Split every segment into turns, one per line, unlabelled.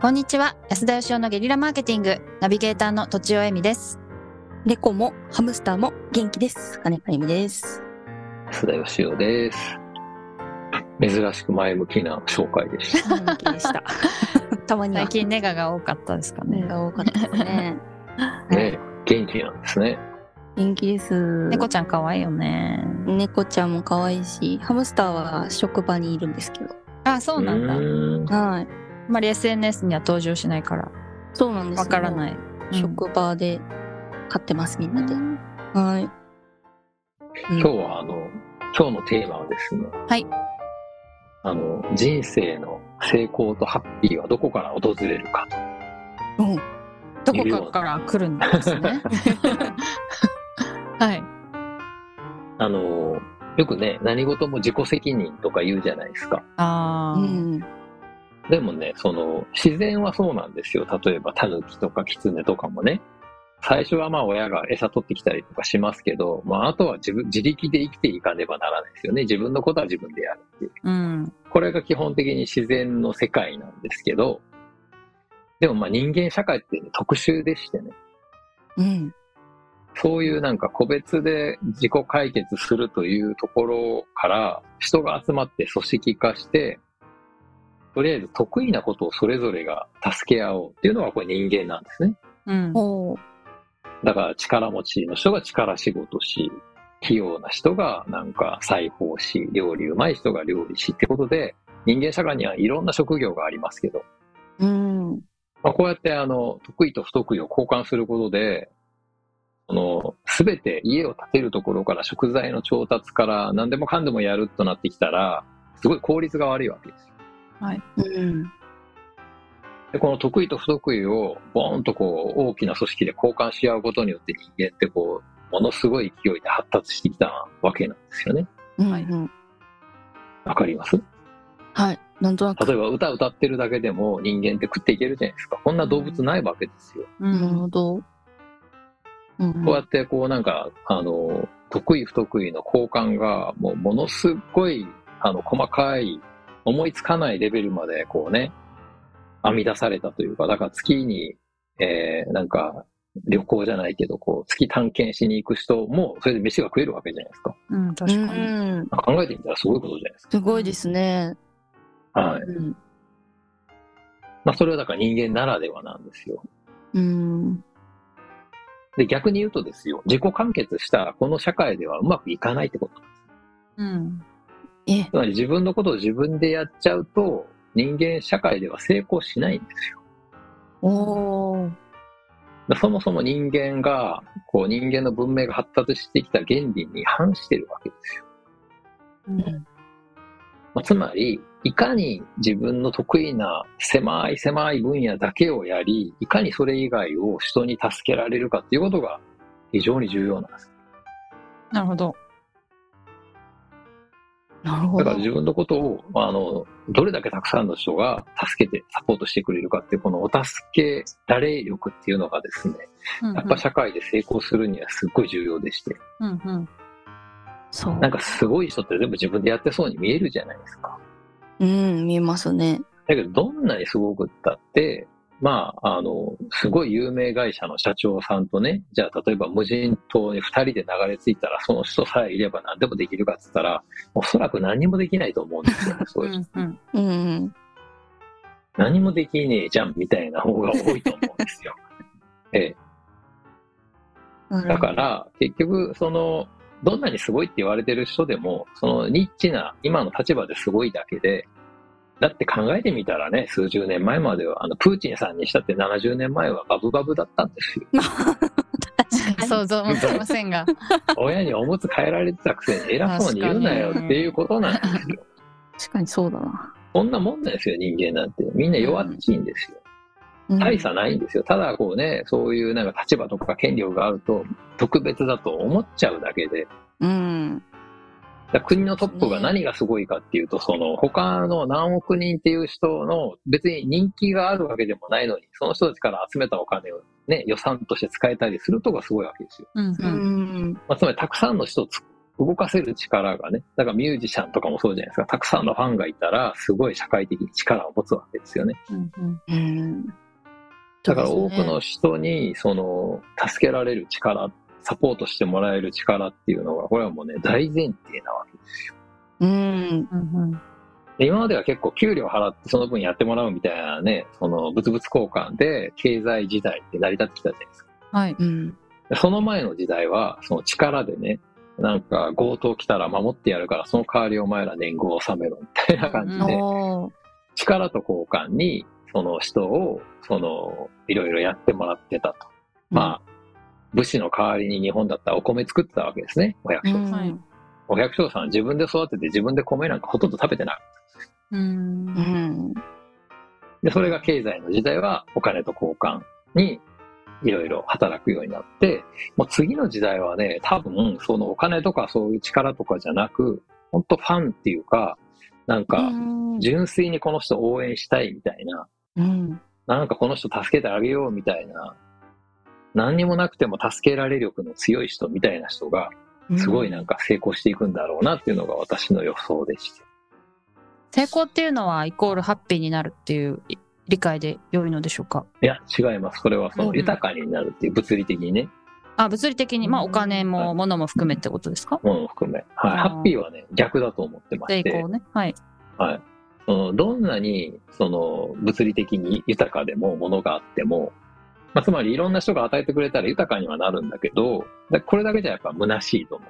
こんにちは安田義生のゲリラマーケティングナビゲーターの土地尾恵美です
猫もハムスターも元気です。金子由美です。
須田義雄です。珍しく前向きな紹介でした。
元気でした。 たまには。
最近ネガが多かったですかね、
が多かったですね。
ね、元気なんですね。
元気です。
猫ちゃん可愛いよね
猫ちゃんも可愛いし、ハムスターは職場にいるんですけど。
あそうなんだあ
うーん
はい。
んまり SNS には登場しないから
そうなんですよ
わからない、
職場で飼ってます、みん
う
なんで。はい。
今日はあの、今日のテーマはですね。
はい。
あの、人生の成功とハッピーはどこから訪れるか
うん
どこかから来るんです ねはい
と。あの、よくね、何事も自己責任とか言うじゃないですか。
あ
う
ー、
ん。
でもね、その、自然はそうなんですよ。例えば、タヌキとかキツネとかもね。最初はまあ親が餌取ってきたりとかしますけど、まああとは自分、自力で生きていかねばならないですよね。自分のことは自分でやるっていう。
うん
これが基本的に自然の世界なんですけど、でもまあ人間社会ってね、特殊でしてね、
うん。
そういうなんか個別で自己解決するというところから、人が集まって組織化して、とりあえず得意なことをそれぞれが助け合おうっていうのがこれ人間なんですね。
うん
ほ
だから力持ちの人が力仕事し、器用な人がなんか裁縫し、料理うまい人が料理しってことで、人間社会にはいろんな職業がありますけど、
う。うん。
まあ、こうやってあの得意と不得意を交換することで、その全て家を建てるところから食材の調達から何でもかんでもやるとなってきたら、すごい効率が悪いわけですよ。
うん。
で、この得意と不得意をボーンとこう大きな組織で交換し合うことによって人間ってこう、ものすごい勢いで発達してきたわけなんですよね。
うん
はい
うん。
わかります
はい。なんとなく。
例えば歌歌ってるだけでも人間って食っていけるじゃないですか。こんな動物ないわけですよ。
う
なるほ
ん
ど。うん
こうやってこうなんか、あの、得意不得意の交換が、もうものすごい、あの、細かい、思いつかないレベルまでこうね、編み出されたというか、だから月に、えー、なんか、旅行じゃないけど、こう、月探検しに行く人も、それで飯が食えるわけじゃないですか。
うん確
う
か
ん
に、
うん。
考えてみたらすごいことじゃないです
すごいですね。
か。はい。
うん。
まあ、それはだから人間ならではなんですよ。
うん。
で、逆に言うとですよ、自己完結したこの社会ではうまくいかないってこと。
うん
え、
つまり自分のことを自分でやっちゃうと、人間社会では成功しないんですよ。
おー。
だそもそも人間が、こう人間の文明が発達してきた原理に反してるわけですよ。
うん
まあ、つまり、いかに自分の得意な狭い狭い分野だけをやり、いかにそれ以外を人に助けられるかっていうことが非常に重要なんです。
なるほど
なるほ
だ
ど
から。自分のことを、まああの、どれだけたくさんの人が助けてサポートしてくれるかっていう、このお助けられ力っていうのがですね、
うんうん
やっぱ社会で成功するにはすっごい重要でして、
うんうん
そう。
なんかすごい人って全部自分でやってそうに見えるじゃないですか。
うん、見えますね。
だけど、どんなにすごくったって、まあ、あの、すごい有名会社の社長さんとね、じゃあ例えば無人島に2人で流れ着いたら、その人さえいれば何でもできるかっつったら、おそらく何もできないと思うんで すよね、そうういう人。
んうん
うんうん。
何もできねえじゃんみたいな方が多いと思うんですよ。ええ
なるほど
だか、ら、結局、その、どんなにすごいって言われてる人でも、そのニッチな、今の立場ですごいだけで、だって考えてみたらね、数十年前までは、あの、プーチンさんにしたって70年前はバブバブだったんで すよ。
確かに。
想像もつきません が
親におむつ変えられてたくせに偉そうに言うなよっていうことなんですよ。
確かにそうだな。
そんなもんなんですよ、人間なんて。みんな弱っちいんです
う
よ。
ん
大差ないんですよ。ただこうね、そういうなんか立場とか権力があると、特別だと思っちゃうだけで、
うん。
だから国のトップが何がすごいかっていうと、その他の何億人っていう人の別に人気があるわけでもないのに、その人たちから集めたお金をね、予算として使えたりするとかすごいわけですよ。
うんう
うんん。
まあ、つまりたくさんの人をつ動かせる力がね、だからミュージシャンとかもそうじゃないですか、たくさんのファンがいたら、すごい社会的に力を持つわけですよね。
うんうん
うん。
だから多くの人に、その、助けられる力、サポートしてもらえる力っていうのが、これはもうね、大前提なわけですよ。
うん。
うんうん
で今までは結構給料払ってその分やってもらうみたいなね、その物々交換で経済時代って成り立ってきたじゃないですか。
はい。
うん。
その前の時代は、その力でね、なんか強盗来たら守ってやるから、その代わりお前ら年貢を納めろみたいな感じ
うん
で、
おー
力と交換に、その人を、その、いろいろやってもらってたと。まあ、武士の代わりに日本だったらお米作ってたわけですね、お百
う
姓。
ん。
はい。
お百姓さんは自分で育てて自分で米なんかほとんど食べてないう
うんん。
で、それが経済の時代はお金と交換にいろいろ働くようになって、もう次の時代はね、多分そのお金とかそういう力とかじゃなく、ほんとファンっていうか、なんか
うん
純粋にこの人応援したいみたいな、
うん。
なんかこの人助けてあげようみたいな、何にもなくても助けられ力の強い人みたいな人が、すごいなんか成功していくんだろうなっていうのが私の予想でして。
成功っていうのはイコールハッピーになるっていうい理解で良いのでしょうか
いや、違います。これはそ
うん
の豊かになるっていう物理的にね。
あ、物理的に、まあ
う
お
ん
金も物も含めってことですか
ものを含め、はい、
あー
ハッピーはね逆だと思ってま
成
して
功、ね。はい。
はい、そのどんなにその物理的に豊かでもものがあっても、まあ、つまりいろんな人が与えてくれたら豊かにはなるんだけどだこれだけじゃやっぱ虚しいと思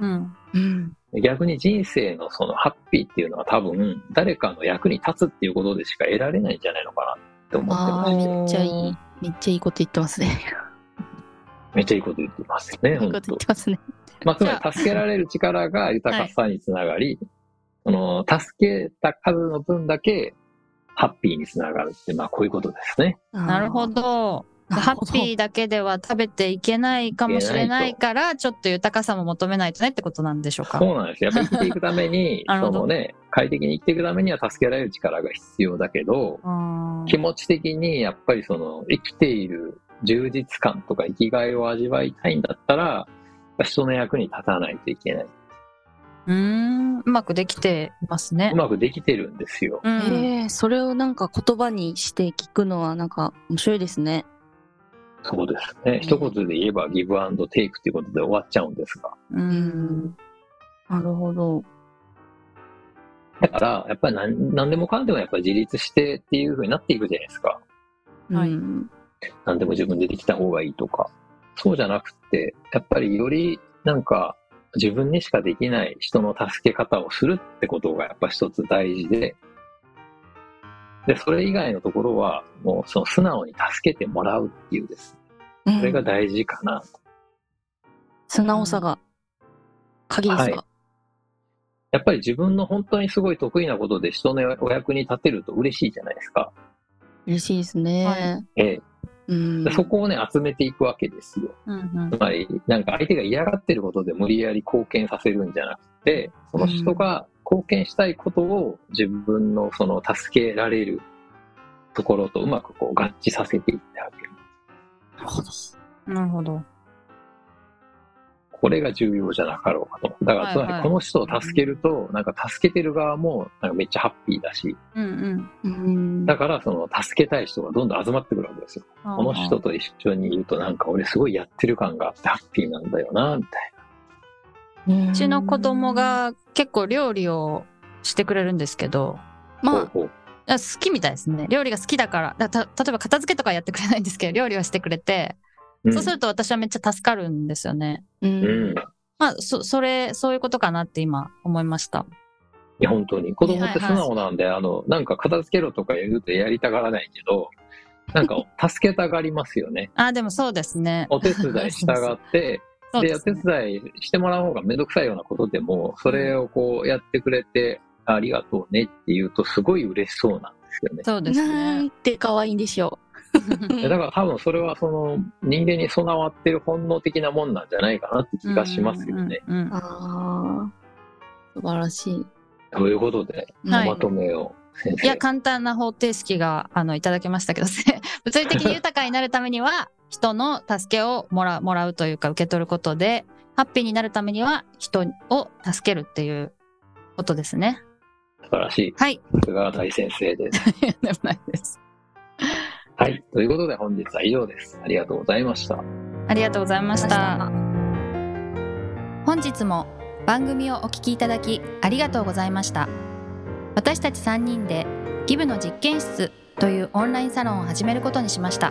うん。
うん。
う逆に人生のそのハッピーっていうのは多分誰かの役に立つっていうことでしか得られないんじゃないのかなって思って
あ
ま
あ、
す
めっちゃいい。めっちゃいいこと言ってますね。
めっちゃいいこと言ってますよね
いい
本
こと言
当
ってますね。
まあ、つまり助けられる力が豊かさにつながり、その助けた数の分だけハッピーにつながるって、まあ、こういうことですね。
なるほど。
あー。
ハッピーだけでは食べていけないかもしれないから、ちょっと豊かさも求めないとねってことなんでしょうか、
そうなんですよ。やっぱり生きていくために
なるほ
そ
ど
のね、快適に生きていくためには助けられる力が必要だけど、
あ
気
ー
持ち的にやっぱりその生きている充実感とか生きがいを味わいたいんだったら、人の役に立たないといけない。
うーん。うまくできてますね
う。まくできてるんですよ。
うん
ええ、それをなんか言葉にして聞くのはなんか面白いですね。
そうですね。一言で言えばギブアンドテイクっていうことで終わっちゃうんですが。
うん。
なるほど。
だから、やっぱり何何でもかんでもやっぱり自立してっていう風になっていくじゃないですか。
はい
うん
何でも自分でできた方がいいとか。そうじゃなくって、やっぱりよりなんか自分にしかできない人の助け方をするってことがやっぱ一つ大事で、で、それ以外のところはもうその素直に助けてもらうっていうです。
うん
それが大事かな。
素直さが鍵です
はい
か。
やっぱり自分の本当にすごい得意なことで人のお役に立てると嬉しいじゃないですか。
嬉しいです
は
ね。
ええ。
うん
でそこをね、集めていくわけですよ。
うんうん
つまり、なんか相手が嫌がってることで無理やり貢献させるんじゃなくて、その人が貢献したいことを自分のその助けられるところとうまくこう合致させていってあげる。
なるほど
なるほど。
これが重要じゃなかろうかと。だから、つ
はい
ま
はい
りこの人を助けると、なんか助けてる側もなんかめっちゃハッピーだし、
うんうん。
うん
だからその助けたい人がどんどん集まってくるわけですよ。
こ
この人と一緒にいるとなんか俺すごいやってる感があってハッピーなんだよな、みたいな。
うん
うちの子供、が結構料理をしてくれるんですけど、
まあ、
こうこ
あ好きみたいですね。料理が好きだから。だた例えば片付けとかやってくれないんですけど、 料理はしてくれて、
ううん
そうすると私はめっちゃ助かるんですよね。
う
うん
ん。
まあ、そ、それ、そういうことかなって今思いました。
いや、本当に。子供って素直なんで、あの、なんか片付けろとか言うとやりたがらないけど、なんか 助けたがりますよね。
あ、でもそうですね。
お手伝いしたがって、
そう
で、
で
お
す
手
ね。
伝いしてもらう方がめんどくさいようなことでも、それをこうやってくれて、ありがとうねって言うと、すごい嬉しそうなんですよね。
そうです
な
ね。
んて可愛いんでしょう。
だから多分それはその人間に備わってる本能的なもんなんじゃないかな って気がしますよね。
うんうんうんうん。
ああ、素晴らしい。
ということで、
はい
まとめを先
いや、
生。
簡単な方程式が、あの、いただきましたけど、せ 物 理的に豊かになるためには、人の助けをもらもらうというか、受け取ることで、ハッピーになるためには人を助けるっていうことですね。
素晴らしい。
はい。
さすが大先生です。
とんでもないです。
はい。ということで本日は以上です。ありがとうございました。
ありがとうございまし
ありがとう
た
ございました。
本日も番組をお聞きいただきありがとうございました私たち3人でギブの実験室というオンラインサロンを始めることにしました